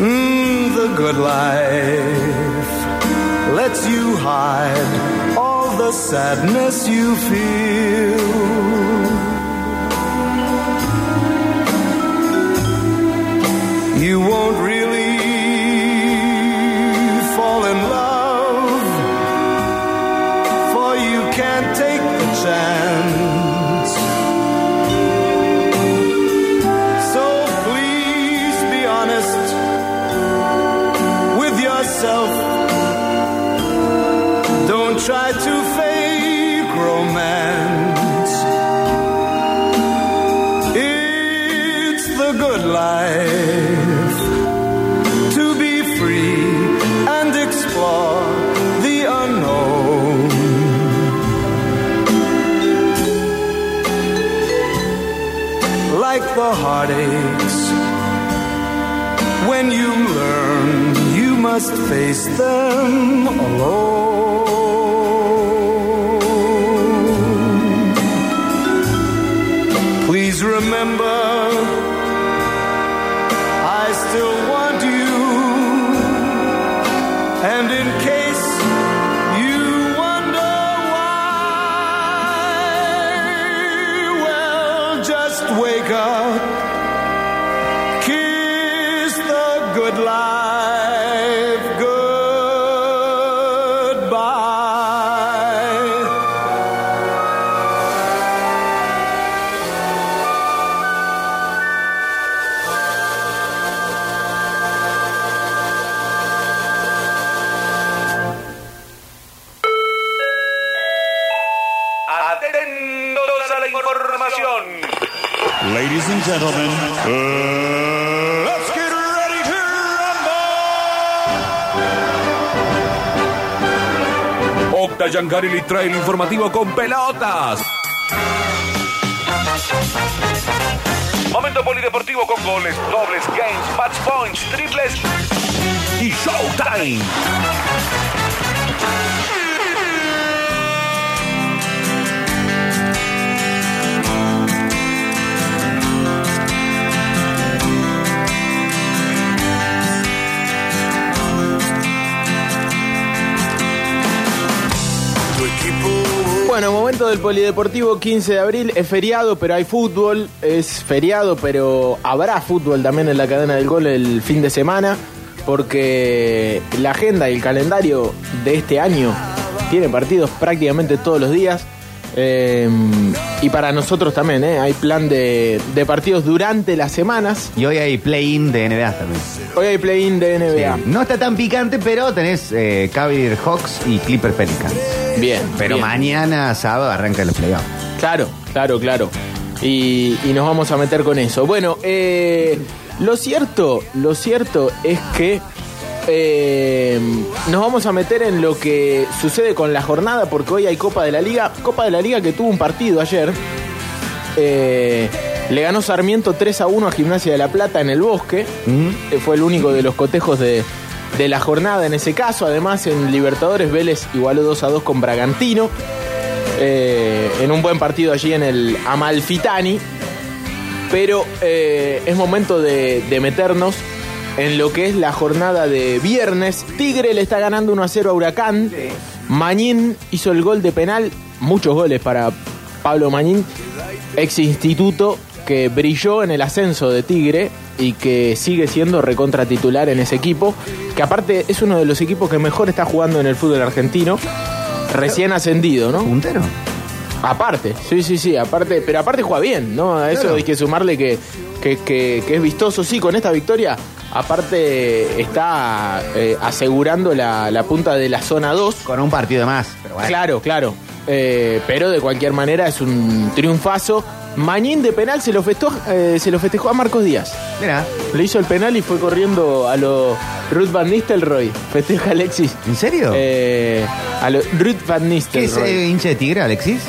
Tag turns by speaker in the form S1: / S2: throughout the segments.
S1: Mm, you hide all the sadness you feel. You won't really fall in love, for you can't take the chance. So please be honest with yourself. Don't try to fake romance. It's the good life to be free and explore the unknown. Like the heartaches when you learn you must face them alone. Please remember, I still want you, and in case you wonder why, well, just wake up. Kiss the good life goodbye.
S2: Atentos a la información.
S3: Ladies and gentlemen, uh, let's get ready to rumble.
S2: Octa Yangari le trae el informativo con pelotas. Momento polideportivo con goles, dobles, games, match points, triples y showtime.
S4: Bueno, momento del Polideportivo, 15 de abril, es feriado, pero hay fútbol, es feriado, pero habrá fútbol también en la cadena del gol el fin de semana, porque la agenda y el calendario de este año tiene partidos prácticamente todos los días, eh, y para nosotros también, eh, hay plan de, de partidos durante las semanas,
S5: Y hoy hay play-in de NBA también.
S4: hoy hay play-in de NBA.
S5: Sí. No está tan picante, pero tenés eh, Cavalier Hawks y Clipper Pelicans.
S4: Bien,
S5: Pero
S4: bien.
S5: mañana, sábado, arranca los playoffs.
S4: Claro, claro, claro. Y, y nos vamos a meter con eso. Bueno, eh, lo cierto, lo cierto es que eh, nos vamos a meter en lo que sucede con la jornada, porque hoy hay Copa de la Liga. Copa de la Liga que tuvo un partido ayer. Eh, le ganó Sarmiento 3 a 1 a Gimnasia de la Plata en el bosque. Eh, Fue el único de los cotejos de, de la jornada en ese caso. Además, en Libertadores, Vélez igualó 2 a 2 con Bragantino. Eh, en un buen partido allí en el Amalfitani. Pero eh, es momento de, de meternos en lo que es la jornada de viernes. Tigre le está ganando 1 a 0 a Huracán. Mañín hizo el gol de penal. Muchos goles para Pablo Mañín, ex instituto que brilló en el ascenso de Tigre y que sigue siendo recontra titular en ese equipo, que aparte es uno de los equipos que mejor está jugando en el fútbol argentino, recién ascendido, ¿no?
S5: ¿Puntero?
S4: Aparte, sí, sí, sí, aparte, pero aparte juega bien, ¿no? A eso
S5: Claro.
S4: hay que sumarle que, que, que- que es vistoso, sí, con esta victoria, aparte está eh, asegurando la, la punta de la zona 2.
S5: Con un partido más. Pero bueno.
S4: Claro, claro. Eh, pero de cualquier manera es un triunfazo. Mañín de penal se lo, festejó, eh, se lo festejó a Marcos Díaz.
S5: Mirá,
S4: Le hizo el penal y fue corriendo a lo Ruth Van Nistelrooy. Festeja Alexis.
S5: ¿en serio?
S4: Eh, a lo Ruth Van
S5: ¿Qué es
S4: Nistelrooy.
S5: eh, hincha de Tigre, Alexis?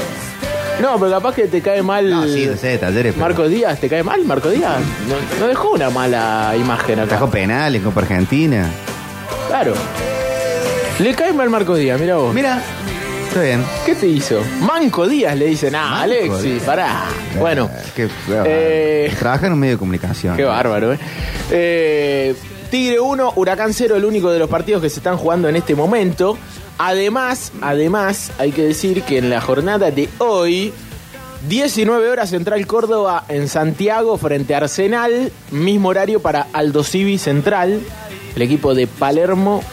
S4: No, pero capaz que te cae mal.
S5: No, sí, no sé, de talleres. pero
S4: Marco Díaz, ¿te cae mal Marco Díaz? No, no dejó una mala imagen acá.
S5: Trajo penales, Copa Argentina.
S4: Claro. Le cae mal Marco Díaz, mira vos.
S5: Mira, está bien.
S4: ¿Qué te hizo? Manco Díaz le dicen, ah,
S5: Manco
S4: Alexis,
S5: Díaz.
S4: pará. Bueno,
S5: Eh, qué-
S4: eh,
S5: Trabaja en un medio de comunicación.
S4: qué bárbaro, ¿eh? Eh, Tigre 1, Huracán 0, el único de los partidos que se están jugando en este momento. Además, además, hay que decir que en la jornada de hoy, 19 horas Central Córdoba en Santiago frente a Arsenal, mismo horario para Aldo Civi Central, el equipo de Palermo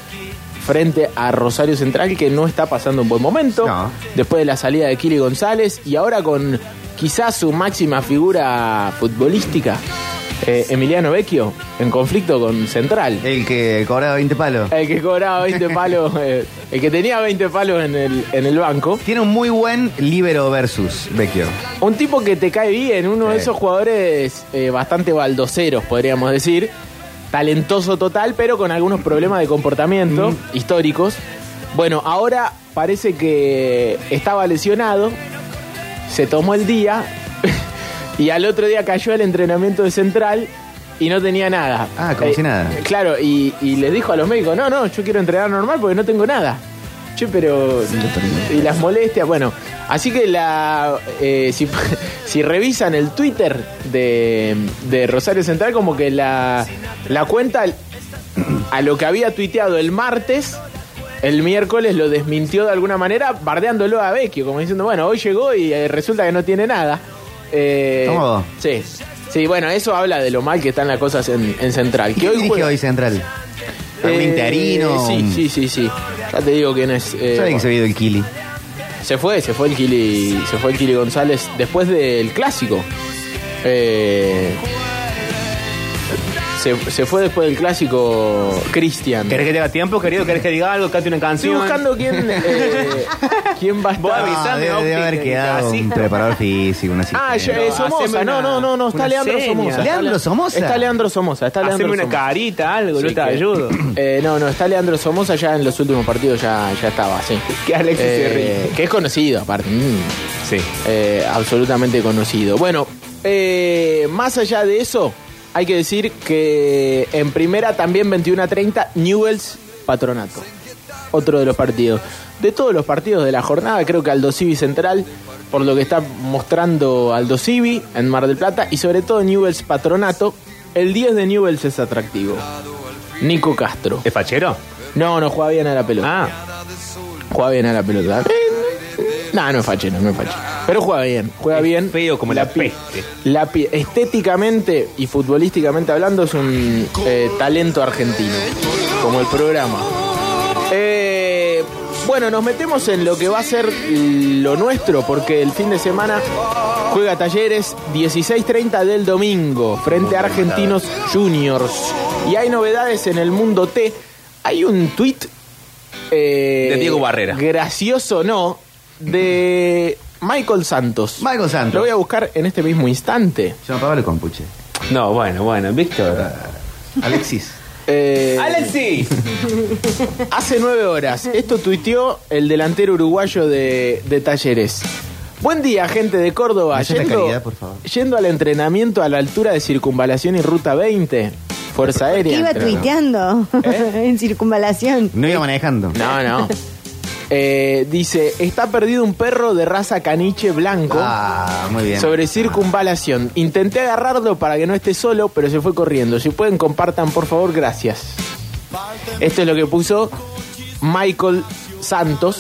S4: frente a Rosario Central que no está pasando un buen momento
S5: No.
S4: después de la salida de Kili González y ahora con quizás su máxima figura futbolística, eh, Emiliano Vecchio, en conflicto con Central.
S5: El que cobraba 20 palos.
S4: El que cobraba 20 palos, eh, el que tenía 20 palos en el, en el banco.
S5: Tiene un muy buen libero versus Vecchio.
S4: Un tipo que te cae bien, uno de
S5: Sí.
S4: esos jugadores eh, bastante baldoceros, podríamos decir. Talentoso total, pero con algunos problemas de comportamiento históricos. Bueno, ahora parece que estaba lesionado, se tomó el día y al otro día cayó al entrenamiento de Central y no tenía nada. Eh,
S5: Ah, como si nada.
S4: Claro, y, y les dijo a los médicos, no, no, yo quiero entrenar normal porque no tengo nada. Che, pero... Y las molestias, bueno. Así que la eh, si, si revisan el Twitter de, de Rosario Central, como que la, la cuenta a lo que había tuiteado el martes, el miércoles lo desmintió de alguna manera, bardeándolo a Vecchio, como diciendo, bueno, hoy llegó y eh, resulta que no tiene nada. Eh,
S5: Cómodo.
S4: sí. Sí, bueno, eso habla de lo mal que están las cosas en, en Central. Que
S5: ¿Qué
S4: hoy
S5: dirige
S4: juega-
S5: hoy Central? un
S4: Eh,
S5: interino.
S4: Sí, sí, sí, sí. Ya te digo quién es. eh,
S5: ¿Saben que se ha ido el Kili?
S4: se fue, se fue el Kili, se fue el Kili González después del clásico. Eh, se, se fue después del clásico Cristian.
S6: ¿Querés que te haga tiempo, querido? ¿Querés que diga algo? ¿Cante una
S4: Estoy
S6: canción?
S4: buscando quién, eh, quién va a estar.
S6: Vos avisá. avisame,
S5: Ah, debe, debe
S6: Octi,
S5: haber
S6: que
S5: quedado
S6: así.
S5: un preparador físico, una
S4: Ah, yo- eh,
S5: asistente.
S4: Somoza.
S6: haceme
S4: no,
S6: una-
S4: no, no, no, está
S6: una
S4: Leandro
S6: seña.
S4: Somoza. Está
S5: ¿Leandro
S4: Le-
S5: Somoza?
S4: Está Leandro Somoza, está Leandro
S6: Haceme una
S4: Somoza.
S6: carita, algo,
S4: Sí,
S6: yo te
S4: que-
S6: ayudo.
S4: Eh, no, no, está Leandro Somoza ya en los últimos partidos ya, ya estaba, sí.
S6: Que Alexis se
S4: Eh, Que es conocido, aparte. Mm.
S6: Sí.
S4: Eh, absolutamente conocido. Bueno, eh, más allá de eso, hay que decir que en primera también 21 a 30, Newells Patronato. Otro de los partidos. De todos los partidos de la jornada, creo que Aldo Civi Central, por lo que está mostrando Aldo Civi en Mar del Plata, y sobre todo Newells Patronato, el 10 de Newells es atractivo. Nico Castro.
S6: ¿Es fachero?
S4: No, no juega bien a la pelota.
S6: Ah,
S4: Juega bien a la pelota. Eh, No, no es fachero, no es fachero. Pero juega bien, juega bien.
S6: feo como la
S4: pi-
S6: peste.
S4: la pi- estéticamente y futbolísticamente hablando es un eh, talento argentino, como el programa. Eh, bueno, nos metemos en lo que va a ser lo nuestro, porque el fin de semana juega Talleres 16.30 del domingo frente a Argentinos Juniors. Y hay novedades en el mundo T. Hay un tuit eh,
S6: De Diego Barrera.
S4: Gracioso, no. De Michael Santos.
S5: Michael Santos.
S4: Lo voy a buscar en este mismo instante.
S5: Yo no pagaba el compuche.
S6: no, bueno, bueno, Víctor.
S5: Alexis.
S4: Eh,
S6: ¡Alexis!
S4: Hace nueve horas. Esto tuiteó el delantero uruguayo de, de Talleres. Buen día, gente de Córdoba.
S5: Me haces la
S4: Yendo,
S5: caridad, por favor.
S4: yendo al entrenamiento a la altura de Circunvalación y Ruta 20, Fuerza Aérea.
S7: Que iba
S4: entrenó.
S7: tuiteando
S4: ¿Eh?
S7: en circunvalación.
S5: No iba manejando.
S4: No, no. Eh, dice, está perdido un perro de raza caniche blanco.
S5: Ah, muy bien.
S4: Sobre circunvalación. Intenté agarrarlo para que no esté solo, pero se fue corriendo. Si pueden, compartan, por favor, gracias. Esto es lo que puso Michael Santos,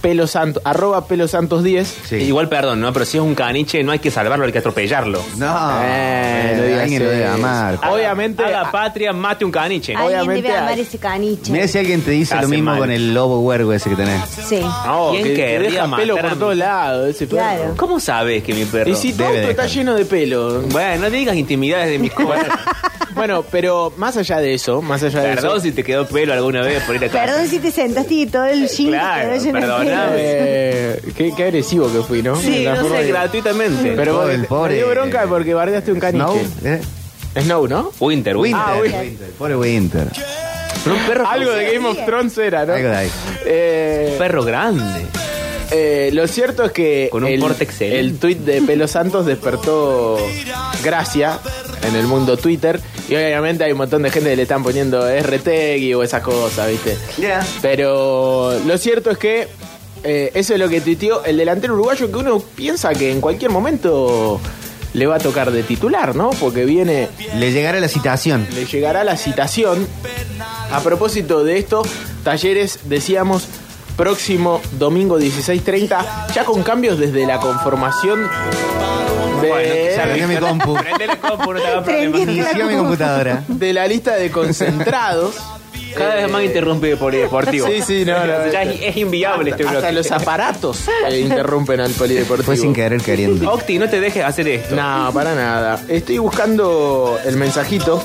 S4: pelo santo, arroba pelo santos 10.
S5: Sí.
S6: Igual, perdón, ¿no? Pero si es un caniche, no hay que salvarlo, hay que atropellarlo.
S5: No.
S4: Eh, no
S5: eh,
S4: digas
S5: alguien lo debe
S4: eso.
S5: amar.
S4: Ah, Obviamente-
S6: Haga patria, mate un caniche.
S4: Ah,
S7: Alguien
S4: Obviamente
S7: debe amar
S4: hay-
S7: ese caniche.
S5: Mira si alguien te dice
S6: Hace
S5: lo mismo
S6: mal.
S5: con el lobo huergo ese que tenés.
S7: Sí.
S6: No,
S4: Que-
S6: ¿Quién
S4: que
S6: querría
S4: deja
S6: matar
S4: pelo
S6: a
S4: por
S6: mí?
S4: todos lados, ese perro.
S7: Claro.
S6: ¿Cómo sabes que mi perro?
S4: Y si tu
S5: Debe
S4: auto está
S5: dejar.
S4: lleno de pelo.
S6: Bueno, no digas intimidades de mis cosas.
S4: Bueno, pero más allá de eso, más allá de eso.
S6: Perdón si te quedó pelo alguna vez por ir a casa.
S7: Perdón si te sentaste y todo el jean
S6: Claro,
S7: te quedó lleno de
S6: perdoname.
S7: pelos.
S4: Eh, qué, qué agresivo que fui, ¿no?
S6: Sí,
S4: La
S6: no
S4: forma
S6: sé,
S4: de-
S6: gratuitamente.
S4: Pero
S5: Todo
S4: vos-
S5: el
S4: me
S5: pobre-
S4: dio bronca porque bardeaste un
S5: ¿No?
S4: caniche.
S5: ¿Eh?
S6: Ah,
S4: Snow, ¿no?
S6: Winter, Winter.
S4: Ah,
S5: Winter,
S4: Winter.
S5: Winter, Pobre Winter.
S6: Pero un perro,
S4: Algo de Game of Thrones era, ¿no?
S5: Algo de ahí.
S4: Eh,
S6: un perro grande.
S4: eh, lo cierto es que
S6: Con un
S4: el,
S6: porte excelente.
S4: el tuit de Pelo Santos despertó gracia en el mundo Twitter y obviamente hay un montón de gente que le están poniendo RT o esas cosas, ¿viste?
S5: Ya.
S4: Pero lo cierto es que eh, eso es lo que tuiteó el delantero uruguayo que uno piensa que en cualquier momento le va a tocar de titular, ¿no? Porque viene
S5: Le llegará la citación.
S4: le llegará la citación. A propósito de esto, talleres, decíamos, próximo domingo 16.30, ya con cambios desde la conformación de,
S5: Prende mi compu.
S6: Prende la compu, no te hagas problema.
S7: Prendí el
S5: Inició mi computadora.
S4: de la lista de concentrados. Eh,
S6: Cada vez más interrumpe polideportivo.
S4: Sí, sí, no, no.
S6: Ya es, es inviable este bloque.
S4: Hasta los aparatos eh, interrumpen al polideportivo.
S5: Fue sin querer queriendo.
S6: Octi, no te dejes hacer esto.
S4: No, para nada. Estoy buscando el mensajito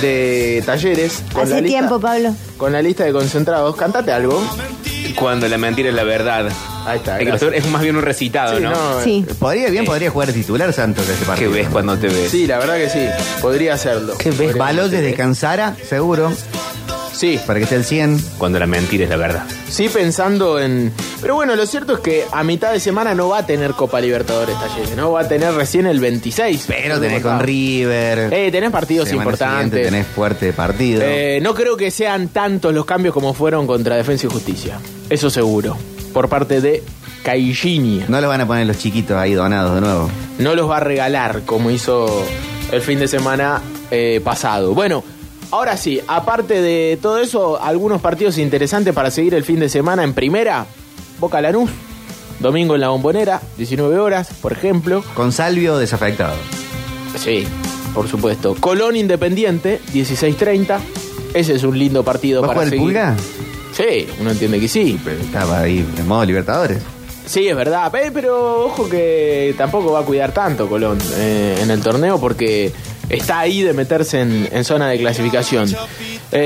S4: de talleres. con la
S7: Hace
S4: lista-
S7: tiempo, Pablo.
S4: Con la lista de concentrados. Cantate algo.
S6: Cuando la mentira es la verdad.
S4: Ahí está.
S6: Hay que
S4: gracias.
S6: hacer- es más bien un recitado,
S4: Sí,
S6: ¿no?
S4: no, eh,
S7: Sí.
S5: Podría, bien podría jugar titular Santos ese
S6: ¿Qué
S5: partido.
S6: ves cuando te ves?
S4: sí, la verdad que sí. Podría hacerlo.
S5: ¿Qué ves? Baloyes descansara, seguro,
S4: Sí,
S5: para que esté el 100.
S6: Cuando la mentira es la verdad.
S4: sí pensando en... Pero bueno, lo cierto es que a mitad de semana no va a tener Copa Libertadores Talleres, ¿no? Va a tener recién el 26.
S5: Pero tenés con River.
S4: Eh, tenés partidos
S5: Semana siguiente
S4: importantes.
S5: Tenés fuerte partido.
S4: Eh, no creo que sean tantos los cambios como fueron contra Defensa y Justicia. Eso seguro. Por parte de Caixinha.
S5: No lo van a poner los chiquitos ahí donados de nuevo.
S4: No los va a regalar como hizo el fin de semana eh, pasado. Bueno, ahora sí, aparte de todo eso, algunos partidos interesantes para seguir el fin de semana en primera. Boca Lanús, domingo en la bombonera, 19 horas, por ejemplo.
S5: Con Salvio desafectado.
S4: Sí, por supuesto. Colón Independiente, 16.30. Ese es un lindo partido
S5: ¿Va a
S4: para
S5: jugar el
S4: seguir.
S5: Pulga?
S4: Sí, uno entiende que sí.
S5: Pero Estaba ahí en modo Libertadores.
S4: Sí, es verdad, pe- pero ojo que tampoco va a cuidar tanto Colón eh, en el torneo porque está ahí de meterse en, en zona de clasificación.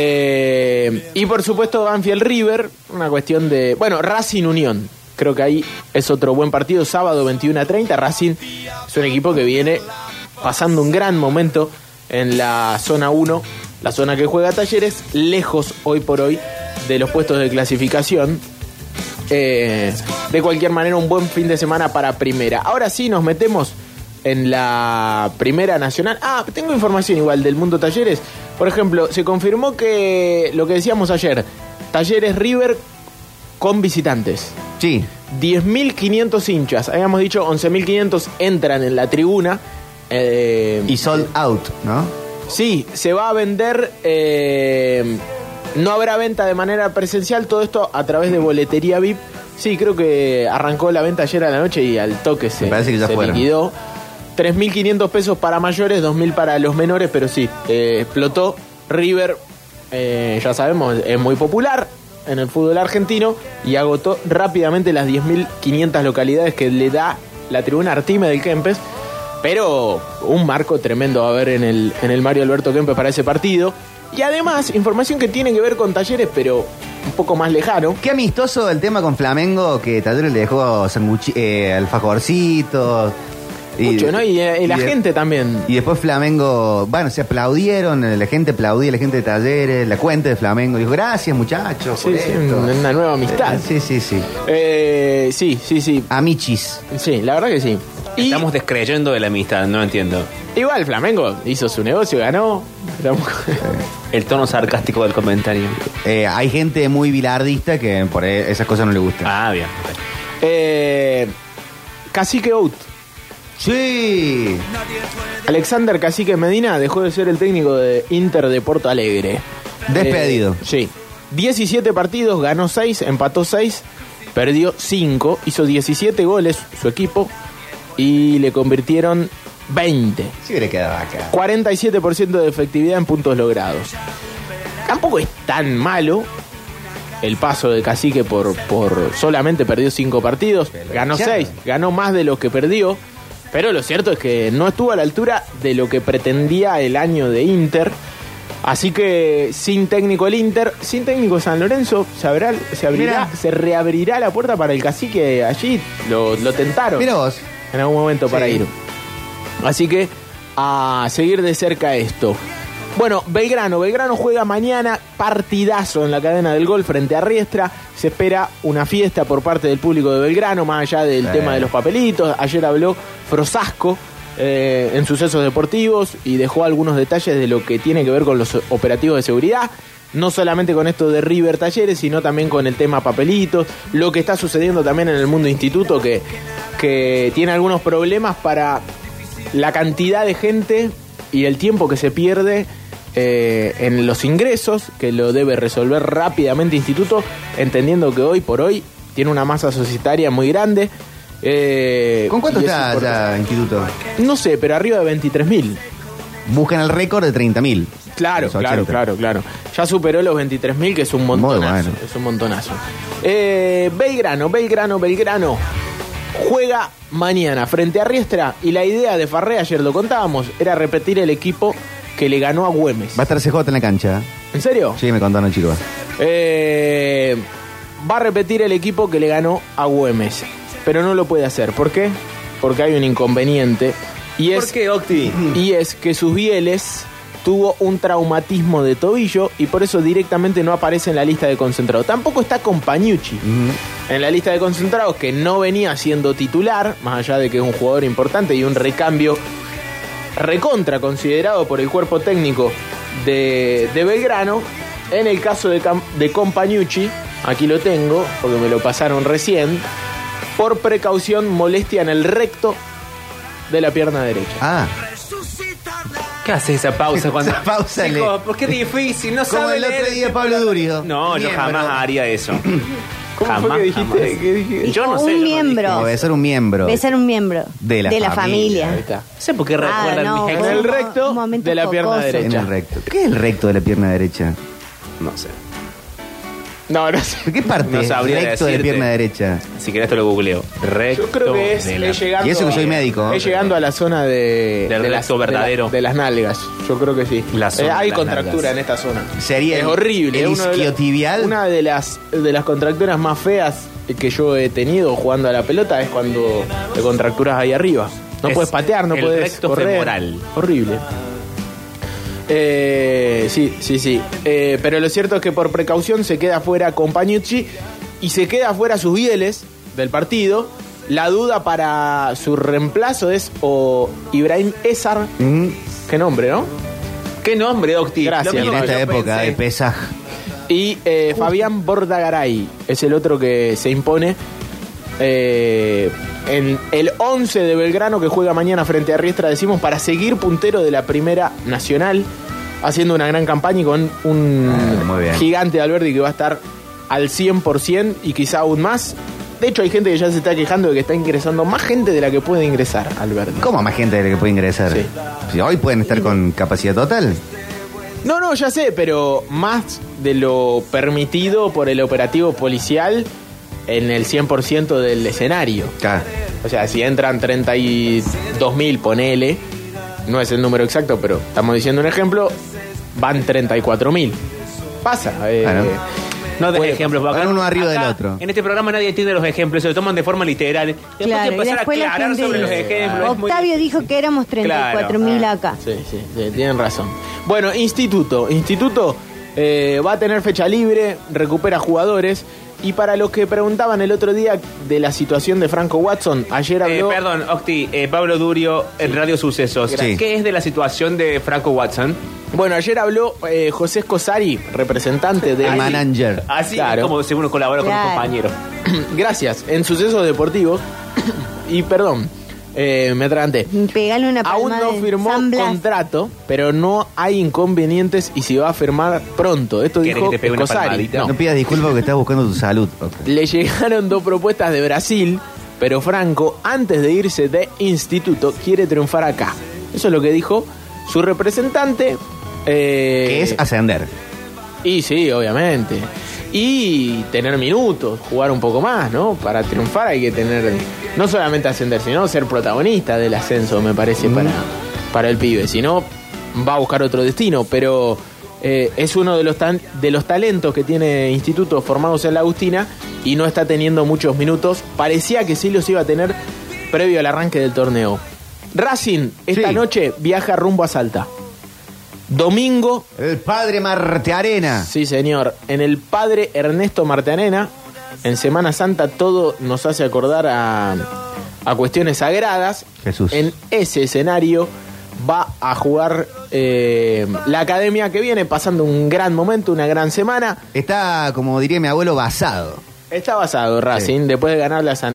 S4: Eh, y por supuesto Banfield River, una cuestión de... Bueno, Racing Unión, creo que ahí es otro buen partido, sábado 21 a 30, Racing es un equipo que viene pasando un gran momento en la zona 1, la zona que juega Talleres, lejos hoy por hoy de los puestos de clasificación. Eh, de cualquier manera, un buen fin de semana para primera. Ahora sí, nos metemos en la primera nacional. Ah, tengo información igual del mundo talleres. Por ejemplo, se confirmó que lo que decíamos ayer, talleres River con visitantes.
S5: Sí.
S4: 10.500 hinchas, habíamos dicho 11.500 entran en la tribuna. Eh,
S5: Y sold out, ¿no?
S4: Sí, se va a vender. eh, no habrá venta de manera presencial, todo esto a través de boletería VIP. Sí, creo que arrancó la venta ayer a la noche y al toque se,
S5: Me parece que ya
S4: se
S5: fueron.
S4: liquidó. 3.500 pesos para mayores, 2.000 para los menores, pero sí, eh, explotó. River, eh, ya sabemos, es muy popular en el fútbol argentino y agotó rápidamente las 10.500 localidades que le da la tribuna Artime del Kempes. Pero un marco tremendo va a haber en el, en el Mario Alberto Kempes para ese partido. Y además, información que tiene que ver con talleres, pero un poco más lejano.
S5: Qué amistoso el tema con Flamengo, que Taduro le dejó sanguchi- eh, alfajorcitos.
S4: Mucho, ¿no? Y, eh, y la
S5: de-
S4: gente también.
S5: Y después Flamengo, bueno, se aplaudieron, la gente aplaudía, la gente de talleres, la cuenta de Flamengo. Dijo, gracias muchachos.
S4: Sí,
S5: por
S4: sí,
S5: esto".
S4: una nueva amistad.
S5: Eh, Sí, sí, sí.
S4: Eh, sí, sí, sí.
S5: Amichis.
S4: Sí, la verdad que sí. Y
S6: Estamos descreyendo de la amistad, no entiendo.
S4: igual Flamengo hizo su negocio, ganó. Estamos-
S6: El tono sarcástico del comentario.
S5: Eh, hay gente muy bilardista que por e- esas cosas no le gustan.
S6: Ah, bien.
S4: Eh, Cacique Out.
S5: Sí.
S4: Alexander Cacique Medina dejó de ser el técnico de Inter de Porto Alegre.
S5: Despedido.
S4: Eh, sí. 17 partidos, ganó 6, empató 6, perdió 5, hizo 17 goles su equipo y le convirtieron 20.
S5: Sí hubiera quedado acá.
S4: 47% de efectividad en puntos logrados. Tampoco es tan malo el paso de Cacique por, por solamente perdió 5 partidos, ganó
S5: ya.
S4: 6, ganó más de lo que perdió, pero lo cierto es que no estuvo a la altura de lo que pretendía el año de Inter. Así que sin técnico el Inter, sin técnico San Lorenzo, se, habrá- se abrirá,
S5: Mirá.
S4: se reabrirá la puerta para el cacique allí. Lo, lo tentaron
S5: Mira vos.
S4: en algún momento para
S5: Sí.
S4: ir. Así que a seguir de cerca esto. Bueno, Belgrano, Belgrano juega mañana partidazo en la cadena del gol frente a Riestra. Se espera una fiesta por parte del público de Belgrano, más allá del
S5: Sí.
S4: tema de los papelitos. Ayer habló Frosasco eh, en sucesos deportivos y dejó algunos detalles de lo que tiene que ver con los operativos de seguridad. No solamente con esto de River Talleres, sino también con el tema papelitos, lo que está sucediendo también en el mundo instituto, que, que tiene algunos problemas para la cantidad de gente y el tiempo que se pierde eh, en los ingresos, que lo debe resolver rápidamente Instituto, entendiendo que hoy por hoy tiene una masa societaria muy grande. eh,
S5: ¿Con cuánto
S4: y es
S5: está
S4: importante.
S5: ya Instituto?
S4: No sé, pero arriba de 23.000.
S5: Buscan el récord de 30.000.
S4: Claro,
S5: Los
S4: claro,
S5: 80.
S4: claro, claro. Ya superó los 23.000, que es un
S5: Muy
S4: montonazo.
S5: bueno.
S4: Es un montonazo. Eh, Belgrano, Belgrano, Belgrano. Juega mañana frente a Riestra y la idea de Farré, ayer lo contábamos, era repetir el equipo que le ganó a Güemes.
S5: Va a estar CJ en la cancha.
S4: ¿En serio?
S5: Sí, me contaron, chicos.
S4: Eh, va a repetir el equipo que le ganó a Güemes, pero no lo puede hacer. ¿Por qué? Porque hay un inconveniente y es
S6: ¿Por qué, Octi?
S4: y es que sus bieles tuvo un traumatismo de tobillo y por eso directamente no aparece en la lista de concentrados. Tampoco está Compañucci en la lista de concentrados, que no venía siendo titular, más allá de que es un jugador importante y un recambio recontra considerado por el cuerpo técnico de, de Belgrano. En el caso de, Cam- de Compañucci, aquí lo tengo, porque me lo pasaron recién, por precaución molestia en el recto de la pierna derecha.
S5: Ah,
S6: ¿Qué haces esa pausa cuando.?
S5: Esa pausa
S6: Chico,
S5: le-
S6: ¿Por qué difícil? No
S5: como
S6: sabe
S5: el otro
S6: leer.
S5: día Pablo Durio.
S6: No, yo
S5: Miembro.
S6: jamás haría eso.
S4: ¿Cómo
S6: jamás,
S4: fue que dijiste?
S6: jamás.
S4: ¿Qué dijiste?
S6: Yo no
S7: Un
S6: sé. yo no dije.
S7: miembro.
S5: Como besar un miembro.
S7: Besar un miembro
S5: De la familia.
S7: familia.
S4: Ahí está.
S6: No sé por qué
S7: Ah,
S6: recuerdan
S7: no,
S4: En
S6: mis ex.
S7: fue
S4: el
S7: un mo-
S4: recto
S7: un momento
S4: de la pierna
S7: jocoso.
S5: En
S4: derecha.
S5: el recto. ¿Qué es el recto de la pierna derecha?
S6: No sé.
S4: No, no sé.
S5: ¿De qué parte?
S6: No
S5: es
S6: sabría
S5: recto de la
S6: decirte.
S5: pierna derecha.
S6: Si querés te lo googleo. Recto
S4: Yo creo que es,
S6: de la-
S4: es llegando
S5: Y eso que
S4: a-
S5: soy médico, ¿eh?
S4: Es llegando a la zona de,
S6: Del
S4: de
S6: recto verdadero.
S4: de, la- de las nalgas. Yo creo que sí.
S6: La zona
S4: Eh,
S6: de
S4: hay
S6: las
S4: contractura
S6: nalgas.
S4: en esta zona.
S5: Sería
S4: es
S5: el-
S4: horrible.
S5: el
S4: es uno de la-
S5: isquiotibial.
S4: Una de las de las contracturas más feas que yo he tenido jugando a la pelota es cuando te contracturas ahí arriba. No
S6: Es
S4: puedes patear, no
S6: el
S4: puedes
S6: recto
S4: correr.
S6: femoral.
S4: Horrible. Eh, sí, sí, sí. Eh, pero lo cierto es que por precaución se queda fuera Compañucci y se queda fuera sus bieles del partido. La duda para su reemplazo es o Ibrahim Ezar. Qué nombre, ¿no?
S6: ¿Qué nombre, Octi?
S4: Gracias.
S6: Lo
S5: Y en
S6: mismo que eh,
S5: esta
S6: yo
S5: época
S6: pensé.
S5: de pesaje.
S4: Y eh, Fabián Bordagaray es el otro que se impone eh, en el 11 de Belgrano que juega mañana frente a Riestra, decimos, para seguir puntero de la Primera Nacional, haciendo una gran campaña y con un
S5: Ah, muy bien.
S4: gigante de Alberti que va a estar al 100% y quizá aún más. De hecho, hay gente que ya se está quejando de que está ingresando más gente de la que puede ingresar Alberti.
S5: ¿Cómo más gente de la que puede ingresar?
S4: Sí.
S5: Si hoy pueden estar con capacidad total.
S4: No, no, ya sé, pero más de lo permitido por el operativo policial en el 100% del escenario.
S5: Ah,
S4: O sea, si entran 32.000, ponele, no es el número exacto, pero estamos diciendo un ejemplo, van 34.000. Pasa. eh,
S5: Claro.
S6: No des
S4: Puede-
S6: ejemplos. porque
S5: Hagan
S6: acá-
S5: uno arriba
S6: acá,
S5: del otro.
S6: En este programa nadie entiende los ejemplos, se lo toman de forma literal. Después hay que
S7: Claro, y
S6: empezar a
S7: después la
S6: aclarar
S7: gente
S6: sobre los
S7: dice,
S6: ejemplos. es muy
S7: Octavio dijo que éramos 34 mil
S4: Ah.
S6: Claro.
S7: acá.
S4: Sí, sí, sí, tienen razón. Bueno, instituto. Instituto eh, va a tener fecha libre, recupera jugadores. Y para los que preguntaban el otro día de la situación de Franco Watson, ayer
S6: Eh,
S4: habló...
S6: perdón, Octi, eh, Pablo Durio, en Radio Sucesos.
S5: Sí.
S6: ¿Qué es de la situación de Franco Watson?
S4: Bueno, ayer habló eh, José Escosari, representante de...
S5: El manager.
S6: Así
S4: Claro.
S6: es como si uno colabora con
S7: Claro.
S6: un compañero.
S4: Gracias. En sucesos deportivos... y perdón, eh, me atraganté.
S7: Pegale una
S4: Aún
S7: palma
S4: no
S7: de
S4: firmó
S7: San Blas.
S4: contrato, pero no hay inconvenientes y se va a firmar pronto. Esto
S6: ¿Quieres
S4: dijo
S6: que te pegue una
S4: Escosari.
S6: palmadita?
S5: No.
S4: No.
S5: pidas disculpas porque estás buscando tu salud. Ok.
S4: Le llegaron dos propuestas de Brasil, pero Franco, antes de irse de instituto, quiere triunfar acá. Eso es lo que dijo su representante. eh,
S5: Que es ascender.
S4: Y sí, obviamente. Y tener minutos, jugar un poco más, ¿no? Para triunfar hay que tener, no solamente ascender, sino ser protagonista del ascenso, me parece, para, para el pibe. Si no, va a buscar otro destino, pero eh, es uno de los, tan- de los talentos que tiene Instituto formados en la Agustina y no está teniendo muchos minutos. Parecía que sí los iba a tener previo al arranque del torneo. Racing, esta
S5: Sí.
S4: noche viaja rumbo a Salta. Domingo
S5: El padre Marte Arena.
S4: Sí, señor. En el padre Ernesto Martanena, en Semana Santa todo nos hace acordar a, a cuestiones sagradas.
S5: Jesús.
S4: En ese escenario va a jugar eh, la academia que viene pasando un gran momento, una gran semana.
S5: Está, como diría mi abuelo, basado.
S4: Está basado Racing, después de ganar la San